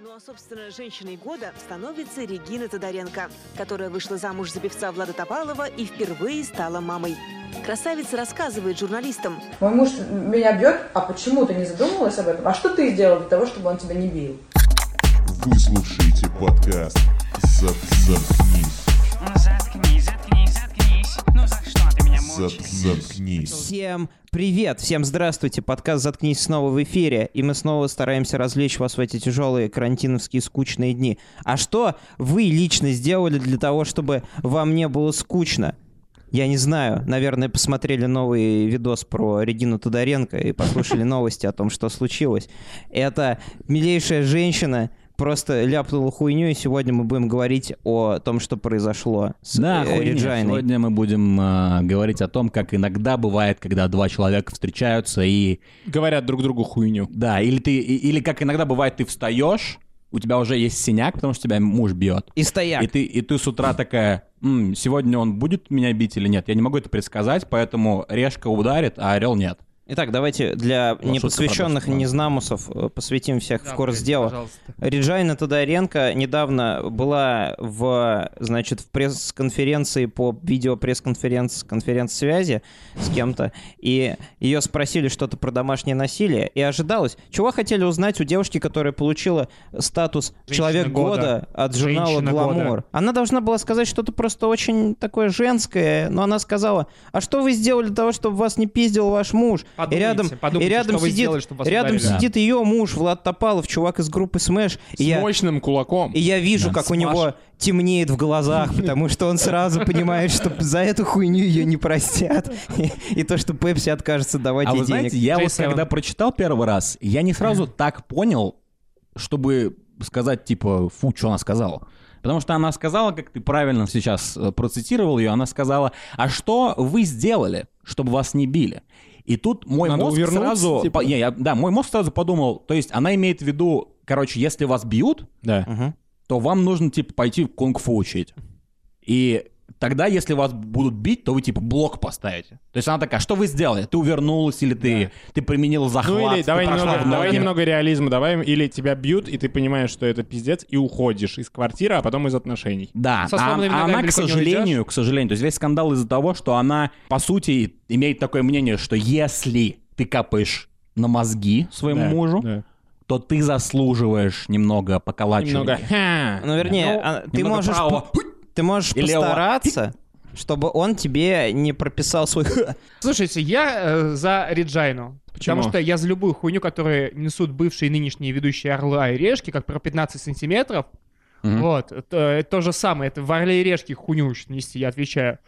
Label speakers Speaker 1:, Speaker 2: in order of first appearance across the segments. Speaker 1: Ну а, собственно, женщиной года становится Регина Тодоренко, которая вышла замуж за певца Влада Топалова и впервые стала мамой. Красавица рассказывает журналистам.
Speaker 2: Мой муж меня бьет, а почему ты не задумалась об этом? А что ты сделал для того, чтобы он тебя не бил?
Speaker 3: Вы слушаете подкаст «Зап- «Заткнись».
Speaker 4: Ну заткнись, заткнись, заткнись. Ну за что ты меня
Speaker 3: «Зап-
Speaker 4: мучаешь?
Speaker 3: «Заткнись».
Speaker 5: Всем привет, всем здравствуйте, подкаст «Заткнись» снова в эфире, и мы снова стараемся развлечь вас в эти тяжелые карантиновские скучные дни. А что вы лично сделали для того, чтобы вам не было скучно? Я не знаю, наверное, посмотрели новый видос про Регину Тодоренко и послушали новости о том, что случилось. Это милейшая женщина просто ляпнула хуйню, и сегодня мы будем говорить о том, что произошло с э,
Speaker 6: Да, хуйня.
Speaker 5: Реджайной.
Speaker 6: Сегодня мы будем э, говорить о том, как иногда бывает, когда два человека встречаются и...
Speaker 7: говорят друг другу хуйню.
Speaker 6: Да, или ты... и- Или как иногда бывает, ты встаешь, у тебя уже есть синяк, потому что тебя муж бьет.
Speaker 5: И стояк.
Speaker 6: И ты, и ты с утра такая, «М, сегодня он будет меня бить или нет? Я не могу это предсказать, поэтому решка ударит, а орел нет.
Speaker 5: Итак, давайте для
Speaker 6: шутка
Speaker 5: непосвященных и
Speaker 6: продастся, да.
Speaker 5: незнамусов э, посвятим всех в курс
Speaker 7: блядь,
Speaker 5: дела.
Speaker 7: Пожалуйста.
Speaker 5: Реджайна Тодоренко недавно была в, значит, в пресс-конференции по видео пресс-конференции конференц-связи с кем-то, и ее спросили что-то про домашнее насилие, и ожидалось. Чего хотели узнать у девушки, которая получила статус
Speaker 7: Женщина
Speaker 5: «Человек года»,
Speaker 7: года.
Speaker 5: от журнала
Speaker 7: Женщина
Speaker 5: «Гламур».
Speaker 7: года.
Speaker 5: Она должна была сказать что-то просто очень такое женское, но она сказала, а что вы сделали для того, чтобы вас не пиздил ваш муж?
Speaker 7: Подумайте,
Speaker 5: и рядом,
Speaker 7: подумайте,
Speaker 5: и рядом
Speaker 7: что вы
Speaker 5: сидит,
Speaker 7: сделали, чтобы вас
Speaker 5: рядом
Speaker 7: ударили.
Speaker 5: сидит ее муж, Влад Топалов, чувак из группы Smash.
Speaker 7: С
Speaker 5: и я-
Speaker 7: мощным кулаком.
Speaker 5: и я вижу, как у него темнеет в глазах, потому что он сразу понимает, что за эту хуйню ее не простят. И, и то, что Пепси откажется давать
Speaker 6: а
Speaker 5: ей
Speaker 6: вы
Speaker 5: денег.
Speaker 6: знаете, я вот
Speaker 7: Джейсон.
Speaker 6: когда прочитал первый раз, я не сразу так понял, чтобы сказать, типа, фу, что она сказала. Потому что она сказала, как ты правильно сейчас э, процитировал ее, она сказала, а что вы сделали, чтобы вас не били? И тут мой
Speaker 7: Надо
Speaker 6: мозг
Speaker 7: увернуться,
Speaker 6: сразу...
Speaker 7: типа.
Speaker 6: по- не, я- да, мой мозг сразу подумал, то есть она имеет в виду, короче, если вас бьют,
Speaker 7: Да.
Speaker 5: Мгм.
Speaker 6: то вам нужно, типа, пойти кунг-фу учить. И тогда, если вас будут бить, то вы, типа, блок поставите. То есть она такая, что вы сделали? Ты увернулась или ты, ты применил захват?
Speaker 7: Ну или
Speaker 6: ты
Speaker 7: давай
Speaker 6: прошла
Speaker 7: немного,
Speaker 6: в ноги?
Speaker 7: давай немного реализма добавим, или тебя бьют, и ты понимаешь, что это пиздец, и уходишь из квартиры, а потом из отношений.
Speaker 6: Да,
Speaker 7: Со
Speaker 6: а-
Speaker 7: сломанными
Speaker 6: а
Speaker 7: ногами
Speaker 6: она, к
Speaker 7: далеко не
Speaker 6: сожалению, к сожалению, то есть весь скандал из-за того, что она, по сути, имеет такое мнение, что если ты капаешь на мозги своему
Speaker 7: Да,
Speaker 6: мужу,
Speaker 7: да.
Speaker 6: то ты заслуживаешь немного поколачивания.
Speaker 7: Немного. «Ха».
Speaker 5: Ну, вернее,
Speaker 6: Ну,
Speaker 5: а, ты,
Speaker 6: немного
Speaker 5: можешь
Speaker 6: правого.
Speaker 5: по- ты можешь
Speaker 6: И левого.
Speaker 5: постараться, чтобы он тебе не прописал свой...
Speaker 8: Слушайте, я э, за Реджайну.
Speaker 7: Почему?
Speaker 8: Потому что я за любую хуйню, которую несут бывшие и нынешние ведущие Орла и Решки, как про 15 сантиметров.
Speaker 6: Мгм.
Speaker 8: Вот, это, это то же самое. Это в Орле и Решке хуйню учат нести, я отвечаю.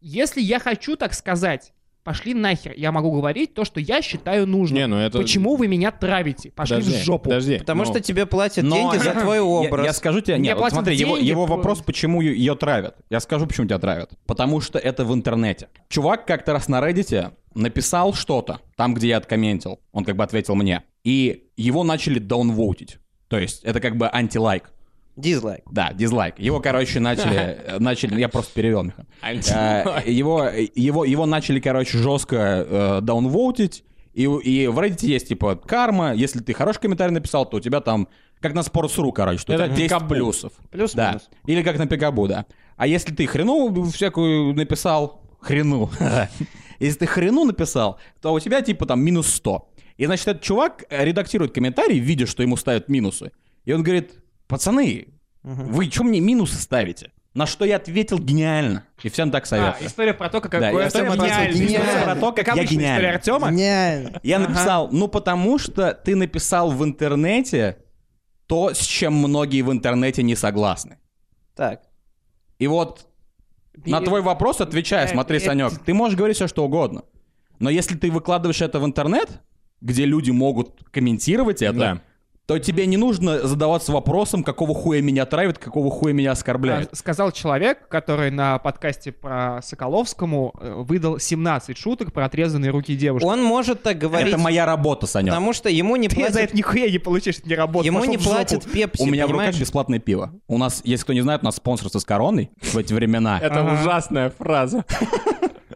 Speaker 8: Если я хочу так сказать, пошли нахер. Я могу говорить то, что я считаю нужным.
Speaker 7: Не, ну это-
Speaker 8: Почему вы меня травите? Пошли
Speaker 7: Подожди,
Speaker 8: в жопу.
Speaker 7: Подожди.
Speaker 5: Потому
Speaker 7: Ну,
Speaker 5: что тебе платят
Speaker 6: Но-
Speaker 5: деньги за твой
Speaker 6: Я, я
Speaker 5: образ.
Speaker 6: скажу тебе,
Speaker 8: Мне
Speaker 6: нет, вот
Speaker 8: платят
Speaker 6: смотри, его,
Speaker 8: деньги,
Speaker 6: его
Speaker 8: по-
Speaker 6: вопрос, почему е- ее травят. Я скажу, почему тебя травят. Потому что это в интернете. Чувак как-то раз на Reddit написал что-то, там, где я откомментил. Он как бы ответил мне. И его начали даунвоутить. То есть это как бы антилайк.
Speaker 5: Дизлайк.
Speaker 6: Да, дизлайк. Его, короче, начали, э, начали, я просто перевел, Миха.
Speaker 7: А,
Speaker 6: Э, Его, его, его начали, короче, жестко э, даунвоутить. И, у- и в Reddit есть, типа, карма. Если ты хороший комментарий написал, то у тебя там, как на Sports.ru, короче, что
Speaker 7: Это
Speaker 6: это 10
Speaker 7: Пикабу.
Speaker 6: плюсов.
Speaker 5: Плюс-минус.
Speaker 6: да. Или как на Пикабу, да. А если ты хрену всякую написал, хрену. Если ты хрену написал, то у тебя, типа, там, минус 100. И, значит, этот чувак э, редактирует комментарий, видя, что ему ставят минусы. И он говорит, пацаны, вы чё мне минусы ставите? На что я ответил гениально. И всем так
Speaker 8: А,
Speaker 6: советую.
Speaker 8: история про то, как
Speaker 6: Да,
Speaker 8: какой
Speaker 6: я
Speaker 8: Артём
Speaker 6: всем ответил
Speaker 8: гениальный.
Speaker 6: гениально.
Speaker 8: История
Speaker 6: Про то, как
Speaker 8: как
Speaker 6: я
Speaker 8: обычно, история
Speaker 6: гениален.
Speaker 8: Артема.
Speaker 6: Я написал, ну потому что ты написал в интернете то, с чем многие в интернете не согласны.
Speaker 5: Так.
Speaker 6: И вот на твой вопрос отвечаю, смотри,
Speaker 8: э,
Speaker 6: Санек, ты можешь говорить все, что угодно. Но если ты выкладываешь это в интернет, где люди могут комментировать это,
Speaker 7: Да.
Speaker 6: то тебе не нужно задаваться вопросом, какого хуя меня травят, какого хуя меня оскорбляют.
Speaker 8: А, Сказал человек, который на подкасте про Соколовскому э, выдал 17 шуток про отрезанные руки девушки.
Speaker 5: Он может так говорить,
Speaker 6: Это моя работа, Санек.
Speaker 5: потому что ему не
Speaker 8: Ты за
Speaker 5: платят...
Speaker 8: это нихуя не получишь, это не работа.
Speaker 5: Ему не платят Пепси,
Speaker 6: У меня в
Speaker 5: понимаешь?
Speaker 6: руках бесплатное пиво. У нас, если кто не знает, у нас спонсорство с короной в эти времена.
Speaker 7: Это ужасная фраза.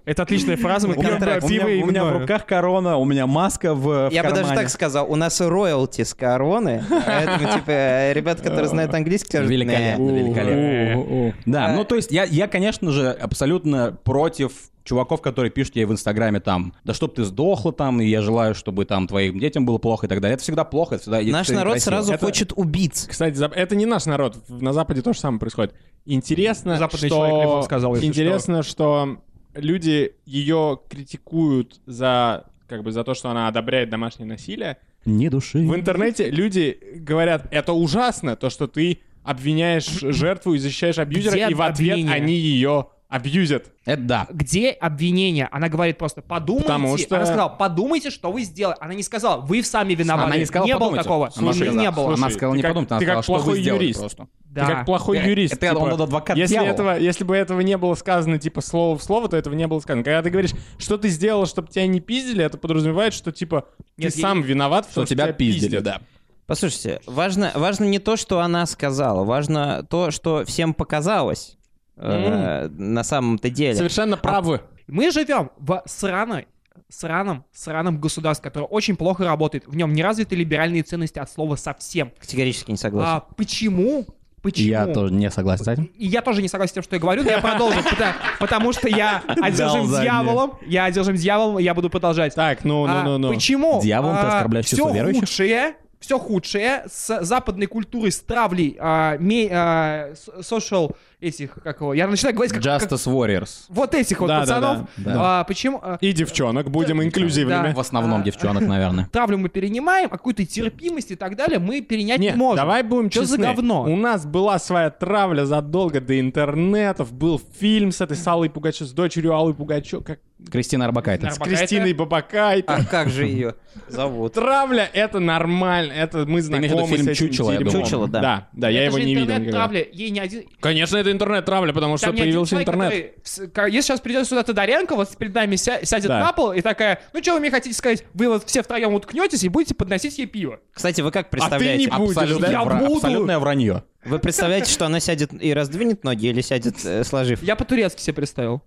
Speaker 7: Это отличная фраза, мы
Speaker 6: У меня,
Speaker 7: пьем
Speaker 6: у меня-
Speaker 7: пиво и
Speaker 6: у меня в
Speaker 7: вино.
Speaker 6: руках корона, у меня маска в, в
Speaker 5: Я бы даже
Speaker 6: кармане.
Speaker 5: так сказал, у нас роялти с короны, поэтому, типа, э, ребята, которые знают английский, скажут, «Не».
Speaker 6: Великолепно, великолепно.
Speaker 7: О, о, о.
Speaker 6: Да,
Speaker 5: А-
Speaker 6: ну то есть я, я, конечно же, абсолютно против чуваков, которые пишут ей в Инстаграме там, да чтоб ты сдохла там, и я желаю, чтобы там твоим детям было плохо и так далее. Это всегда плохо, это всегда
Speaker 5: Наш
Speaker 6: это
Speaker 5: народ
Speaker 6: некрасиво.
Speaker 5: сразу
Speaker 7: Это-
Speaker 5: хочет убийц.
Speaker 7: Кстати, за- это не наш народ. В- На Западе то же самое происходит. Интересно,
Speaker 8: Западный
Speaker 7: что...
Speaker 8: человек Лимон сказал, если
Speaker 7: Интересно, что люди ее критикуют за как бы за то, что она одобряет домашнее насилие.
Speaker 6: Не души.
Speaker 7: В интернете люди говорят, это ужасно, то, что ты обвиняешь жертву и защищаешь абьюзера,
Speaker 8: Где
Speaker 7: и в ответ
Speaker 8: обвинение?
Speaker 7: они ее обьюзят.
Speaker 6: Это да.
Speaker 8: Где обвинение? Она говорит просто, подумайте.
Speaker 7: Потому что-
Speaker 8: Она сказала, подумайте, что вы сделали. Она не сказала, вы сами виноваты.
Speaker 6: Она не сказала,
Speaker 8: не было
Speaker 6: подумайте.
Speaker 8: такого.
Speaker 6: Она
Speaker 8: Слушай,
Speaker 6: сказала,
Speaker 8: не было.
Speaker 7: слушай,
Speaker 6: Она сказала,
Speaker 7: ты
Speaker 6: не
Speaker 7: как-
Speaker 6: подумай, она
Speaker 7: ты
Speaker 6: сказала,
Speaker 7: как
Speaker 6: что вы
Speaker 7: плохой
Speaker 6: сделали
Speaker 7: юрист.
Speaker 6: просто.
Speaker 7: Ты
Speaker 8: Да.
Speaker 7: как плохой
Speaker 6: Это-
Speaker 7: юрист. типа.
Speaker 6: это он адвокат
Speaker 7: если
Speaker 6: дьявола.
Speaker 7: этого, если бы этого не было сказано, типа, слово в слово, то этого не было сказано. Когда ты говоришь, что ты сделал, чтобы тебя не пиздили, это подразумевает, что, типа,
Speaker 8: Нет,
Speaker 7: ты
Speaker 8: я-
Speaker 7: сам виноват в
Speaker 6: Что
Speaker 7: том,
Speaker 6: тебя пиздили,
Speaker 7: пиздят.
Speaker 6: да.
Speaker 5: Послушайте, важно, важно не то, что она сказала, важно то, что всем показалось э, на самом-то деле.
Speaker 7: Совершенно правы.
Speaker 8: Мы живем в сраной сраном, сраном государстве, которое очень плохо работает. В нем не развиты либеральные ценности от слова совсем.
Speaker 5: Категорически не согласен.
Speaker 8: А почему? Почему?
Speaker 6: не согласен с этим.
Speaker 8: И я тоже не согласен с тем, что я говорю, но я продолжу, потому, потому что я одержим
Speaker 6: заднюю.
Speaker 8: дьяволом, я одержим дьяволом, и я буду продолжать.
Speaker 7: Так, ну, ну,
Speaker 8: А
Speaker 7: ну, ну.
Speaker 8: Почему?
Speaker 6: Дьяволом ты оскорбляешь
Speaker 8: все
Speaker 6: чувства верующих?
Speaker 8: Худшее, все худшее с западной культурой, с травлей, а, ме- а, с- social этих, как его, я начинаю говорить как... как-
Speaker 6: Justice Warriors.
Speaker 8: вот этих вот
Speaker 7: Да, да,
Speaker 8: пацанов.
Speaker 7: да,
Speaker 8: А, почему? а,
Speaker 7: И девчонок, будем инклюзивными.
Speaker 8: Да.
Speaker 6: В основном
Speaker 8: А.
Speaker 6: девчонок, наверное.
Speaker 8: травлю мы перенимаем, а какую-то терпимость и так далее мы перенять
Speaker 7: Нет,
Speaker 8: не можем.
Speaker 7: давай будем
Speaker 8: Чё за
Speaker 7: честны.
Speaker 8: говно?
Speaker 7: У нас была своя травля задолго до интернетов, был фильм с этой с Аллой Пугачев, с дочерью Аллы Пугачев, как
Speaker 6: А Кристина Арбакайте.
Speaker 7: с
Speaker 8: Бабакайте.
Speaker 7: Кристиной
Speaker 6: а,
Speaker 7: Бабакайте.
Speaker 5: как же ее зовут?
Speaker 7: Травля — это нормально, это мы
Speaker 6: имеешь в виду
Speaker 7: знакомы
Speaker 6: фильм
Speaker 7: с этим
Speaker 6: «Чучело», я
Speaker 7: дерьмом.
Speaker 5: думаю. «Чучело», да.
Speaker 7: Да, да, я
Speaker 8: Это
Speaker 7: его
Speaker 8: же
Speaker 7: не видел никогда.
Speaker 8: интернет-травля, ей не один...
Speaker 7: Конечно, это интернет-травля, потому что
Speaker 8: там не один
Speaker 7: появился
Speaker 8: человек,
Speaker 7: интернет.
Speaker 8: который с- ка- Если сейчас придет сюда Тодоренко, вот перед нами ся- сядет
Speaker 7: Да.
Speaker 8: на пол и такая, ну что вы мне хотите сказать, вы вот все втроем уткнетесь и будете подносить ей пиво.
Speaker 5: Кстати, вы
Speaker 6: А
Speaker 5: как представляете?
Speaker 7: не будешь,
Speaker 6: Абсолютное
Speaker 7: да?
Speaker 6: вра-
Speaker 7: Я буду.
Speaker 6: абсолютное вранье.
Speaker 5: Вы представляете, что она сядет и раздвинет ноги или сядет, э, сложив?
Speaker 8: Я по-турецки себе представил.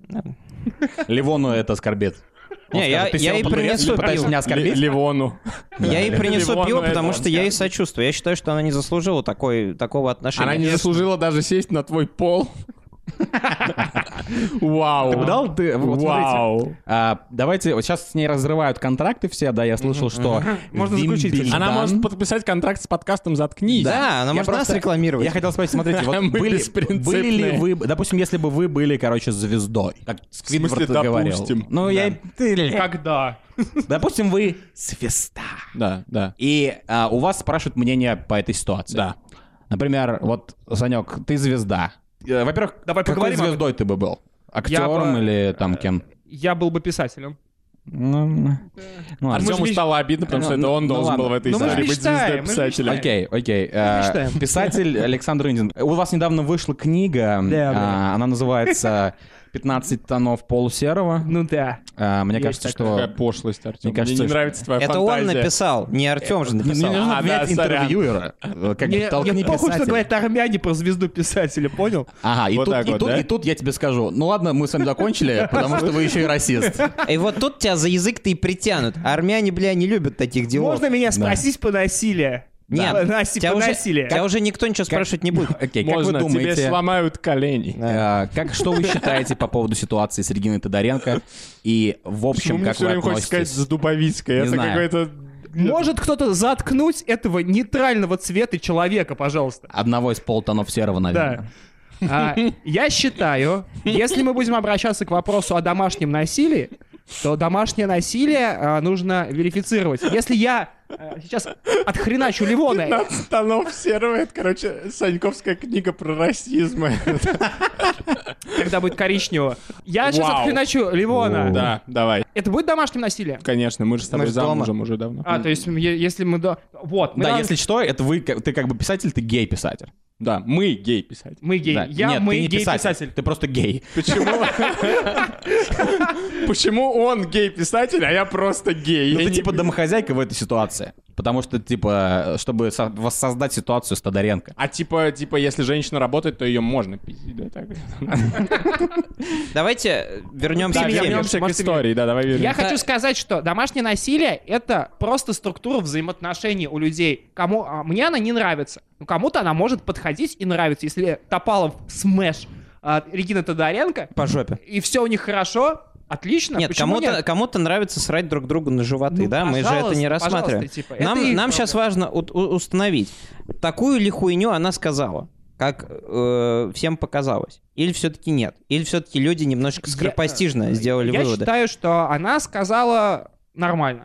Speaker 6: Ливону это оскорбит. Он
Speaker 5: Не, я-
Speaker 6: скажет, «Ты
Speaker 5: я
Speaker 6: сел
Speaker 5: ей
Speaker 6: по-турецки,
Speaker 5: принесу
Speaker 6: пытаешься
Speaker 5: пиво».
Speaker 6: меня
Speaker 7: Ли-
Speaker 6: оскорбить?
Speaker 7: Ливону.
Speaker 5: Я ей принесу
Speaker 7: Ливону
Speaker 5: пиво,
Speaker 7: это
Speaker 5: потому
Speaker 7: он
Speaker 5: что я ей сочувствую. Я считаю, что она не заслужила такой, такого отношения.
Speaker 7: Она не заслужила даже сесть на твой пол. Вау.
Speaker 6: Ты бы дал? Ты- вот смотрите.
Speaker 7: Вау.
Speaker 6: А, давайте, вот сейчас с ней разрывают контракты все, да, я слышал, что...
Speaker 8: Можно
Speaker 6: Вин
Speaker 8: заключить, кстати.
Speaker 6: Дильдан-
Speaker 7: Она может подписать контракт с подкастом «Заткнись».
Speaker 5: Да, А, она
Speaker 6: Я
Speaker 5: может нас
Speaker 6: просто-
Speaker 5: рекламировать.
Speaker 6: Я хотел спросить, смотрите, вот
Speaker 7: Мы
Speaker 6: были,
Speaker 7: беспринципные.
Speaker 6: были ли вы, допустим, если бы вы были, короче, звездой, как Сквидвард
Speaker 7: смысле,
Speaker 6: говорил.
Speaker 7: допустим?
Speaker 6: Ну, я... ты-
Speaker 8: Когда?
Speaker 6: Допустим, вы звезда.
Speaker 7: Да, да.
Speaker 6: И а, у вас спрашивают мнение по этой ситуации.
Speaker 7: Да.
Speaker 6: Например, вот, Санек, ты звезда. Э, Во-первых,
Speaker 8: Давай
Speaker 6: какой
Speaker 8: поговорим об
Speaker 6: звездой ты бы был? Актером
Speaker 8: Я бы-
Speaker 6: или там кем?
Speaker 8: Я был бы писателем.
Speaker 6: Ну, ну, ладно.
Speaker 7: Артему
Speaker 8: меч-
Speaker 7: стало обидно, потому что
Speaker 6: Ну,
Speaker 7: это он
Speaker 6: ну
Speaker 7: должен
Speaker 6: ладно.
Speaker 7: был в этой
Speaker 8: Ну, мы же
Speaker 7: истории быть звездой
Speaker 8: мечтаем, мы же
Speaker 7: писателя.
Speaker 8: мечтаем.
Speaker 6: Окей, окей. Э,
Speaker 8: мечтаем.
Speaker 6: Писатель Александр Индин. У вас недавно вышла книга,
Speaker 8: Да,
Speaker 6: э,
Speaker 8: да.
Speaker 6: она называется «15 тонов полусерого».
Speaker 8: Ну да.
Speaker 6: Э, Мне
Speaker 8: Есть
Speaker 6: кажется,
Speaker 7: Какая
Speaker 6: что...
Speaker 7: пошлость, Артем.
Speaker 6: Мне кажется,
Speaker 7: не
Speaker 6: что-
Speaker 7: нравится твоя
Speaker 5: Это он
Speaker 7: фантазия.
Speaker 5: написал, не Артем же
Speaker 6: Не
Speaker 5: написал.
Speaker 6: нужно
Speaker 7: А,
Speaker 6: обвинять
Speaker 7: да, сорян.
Speaker 6: интервьюера. Э, Как
Speaker 8: Мне,
Speaker 6: толкни
Speaker 8: мне похуй, что
Speaker 6: писателя.
Speaker 8: говорят армяне про звезду писателя, понял?
Speaker 6: Ага, и,
Speaker 7: Вот
Speaker 6: тут,
Speaker 7: так
Speaker 6: и,
Speaker 7: вот,
Speaker 6: тут,
Speaker 7: да?
Speaker 6: и тут я тебе скажу, ну ладно, мы с вами закончили, потому что вы еще и расист.
Speaker 5: И вот тут тебя за язык-то и притянут. Армяне, бля, не любят таких делов.
Speaker 8: Можно меня типа спросить по насилию?
Speaker 5: Нет,
Speaker 8: По наси-
Speaker 5: тебя
Speaker 8: по
Speaker 5: уже,
Speaker 8: насилию.
Speaker 5: тебя уже никто ничего спрашивать не будет.
Speaker 6: Окей, как вы
Speaker 7: Можно, тебе
Speaker 6: думаете,
Speaker 7: сломают колени.
Speaker 6: э, как, что вы считаете по поводу ситуации с Региной Тодоренко? И в
Speaker 7: Почему
Speaker 6: общем,
Speaker 7: Ну, мне
Speaker 6: как
Speaker 7: все
Speaker 6: вы
Speaker 7: время хочется сказать
Speaker 6: относитесь?
Speaker 7: с Дубовицкой?
Speaker 6: Не
Speaker 7: Это
Speaker 6: знаю.
Speaker 7: какой-то...
Speaker 8: Может кто-то заткнуть этого нейтрального цвета человека, пожалуйста?
Speaker 6: Одного из полтонов серого, наверное.
Speaker 8: Да. А, я считаю, если мы будем обращаться к вопросу о домашнем насилии, то домашнее насилие а, нужно верифицировать. Если я а, сейчас отхреначу Ливона...
Speaker 7: 15 тонов серого, это, короче, Саньковская книга про расизм.
Speaker 8: когда будет коричнево. Я сейчас
Speaker 7: Вау.
Speaker 8: отхреначу Ливона.
Speaker 7: Да, давай.
Speaker 8: Это будет домашним насилием?
Speaker 7: Конечно, мы же с
Speaker 5: Мы
Speaker 7: тобой
Speaker 5: ж дома.
Speaker 7: замужем уже давно.
Speaker 8: А, то есть, м, е- если мы... до- Вот. мы
Speaker 6: Да,
Speaker 8: нам-
Speaker 6: если что, это вы, как- ты как бы писатель, ты гей-писатель. Да, мы гей писать.
Speaker 8: Мы гей.
Speaker 6: Да.
Speaker 8: Я,
Speaker 6: Нет,
Speaker 8: мы,
Speaker 6: ты не
Speaker 8: гей,
Speaker 6: писатель.
Speaker 8: писатель.
Speaker 6: Ты просто гей.
Speaker 7: Почему? Почему он гей-писатель, а я просто гей?
Speaker 6: Ну,
Speaker 7: Я
Speaker 6: ты
Speaker 7: не-
Speaker 6: типа домохозяйка в этой ситуации. Потому что, типа, чтобы со- воссоздать ситуацию с Тодоренко.
Speaker 7: А типа, типа, если женщина работает, то ее можно пиздить, да? Так?
Speaker 5: Давайте вернемся
Speaker 7: Да,
Speaker 5: к теме.
Speaker 7: вернемся к
Speaker 8: Может,
Speaker 7: истории, да, давай
Speaker 8: Я
Speaker 7: вернемся.
Speaker 8: хочу сказать, что домашнее насилие — это просто структура взаимоотношений у людей. Кому а, Мне она не нравится. Ну, кому-то она может подходить и нравится. Если Топалов смеш а, Регина Тодоренко,
Speaker 5: По жопе.
Speaker 8: и все у них хорошо, отлично.
Speaker 5: Нет,
Speaker 8: почему
Speaker 5: кому-то кому нравится срать друг другу на животы,
Speaker 8: Ну,
Speaker 5: да? Мы же это не
Speaker 8: пожалуйста,
Speaker 5: рассматриваем.
Speaker 8: пожалуйста, типа, это
Speaker 5: нам
Speaker 8: их
Speaker 5: нам сейчас
Speaker 8: проблема.
Speaker 5: важно у- у- установить, такую ли хуйню она сказала, как э, всем показалось. Или все-таки нет. Или все-таки люди немножечко
Speaker 8: Я- э,
Speaker 5: скоропостижно сделали
Speaker 8: Я
Speaker 5: выводы.
Speaker 8: считаю, что она сказала нормально.